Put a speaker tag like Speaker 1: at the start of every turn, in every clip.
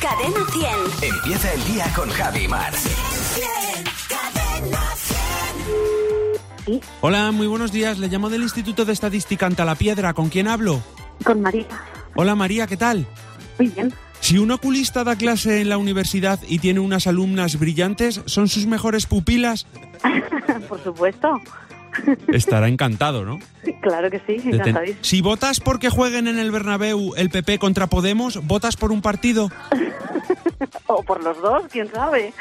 Speaker 1: Cadena 100.
Speaker 2: Empieza el día con Javi Mar.
Speaker 3: Hola, muy buenos días. Le llamo del Instituto de Estadística Antalapiedra. ¿Con quién hablo?
Speaker 4: Con María.
Speaker 3: Hola María, ¿qué tal?
Speaker 4: Muy bien.
Speaker 3: Si un oculista da clase en la universidad y tiene unas alumnas brillantes, ¿son sus mejores pupilas?
Speaker 4: Por supuesto.
Speaker 3: Estará encantado, ¿no?
Speaker 4: Claro que sí.
Speaker 3: De ten-
Speaker 4: Encantadísimo.
Speaker 3: Si votas porque jueguen en el Bernabéu el PP contra Podemos, ¿votas por un partido?
Speaker 4: O por los dos, quién sabe.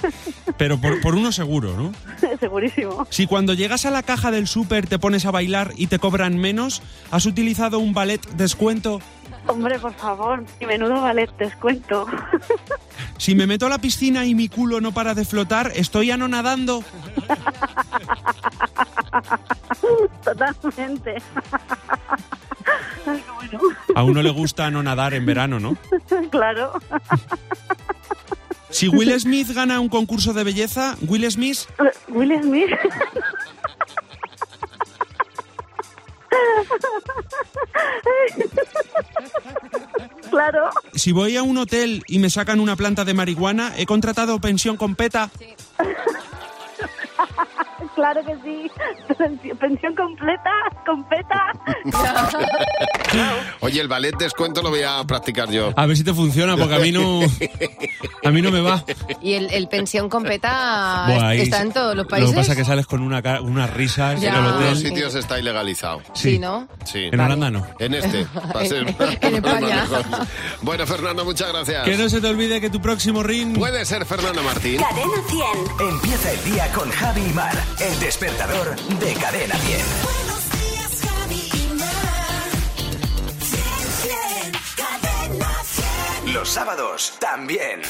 Speaker 3: Pero por, por uno seguro, ¿no?
Speaker 4: Segurísimo.
Speaker 3: Si cuando llegas a la caja del súper te pones a bailar y te cobran menos, ¿has utilizado un ballet descuento?
Speaker 4: Hombre, por favor. Y menudo ballet, descuento.
Speaker 3: Si me meto a la piscina y mi culo no para de flotar, estoy anonadando.
Speaker 4: Totalmente. Ay, qué
Speaker 3: A uno le gusta anonadar en verano, ¿no?
Speaker 4: bueno. Claro.
Speaker 3: Si Will Smith gana un concurso de belleza, Will Smith,
Speaker 4: Will Smith. Claro.
Speaker 3: si voy a un hotel y me sacan una planta de marihuana, he contratado pensión con PETA.
Speaker 4: Claro que sí. Pensi- Pensión completa, completa.
Speaker 5: Oye, el ballet descuento lo voy a practicar yo.
Speaker 3: A ver si te funciona, porque a mí no, a mí no me va.
Speaker 6: Y el, el pensión competa
Speaker 3: Buah, ahí
Speaker 6: Ah, está en todos los países.
Speaker 3: Lo que pasa es que sales con una, ca- unas risas
Speaker 6: Ya.
Speaker 3: en el
Speaker 5: En
Speaker 3: hotel.
Speaker 5: algunos
Speaker 6: Sí.
Speaker 5: sitios está ilegalizado.
Speaker 6: Sí, ¿no?
Speaker 5: Sí.
Speaker 3: En Holanda no.
Speaker 5: En este, para ser
Speaker 6: En-
Speaker 5: más-
Speaker 6: en
Speaker 5: más
Speaker 6: España.
Speaker 5: lejos. Bueno, Fernando, muchas gracias.
Speaker 3: Que no se te olvide que tu próximo ring...
Speaker 5: Puede ser Fernando Martín.
Speaker 1: Cadena 100.
Speaker 2: Empieza el día con Javi Mar. El despertador de Cadena 10.
Speaker 7: Buenos días, Javi y Mar. Bien, bien, cadena 100.
Speaker 2: Los sábados también.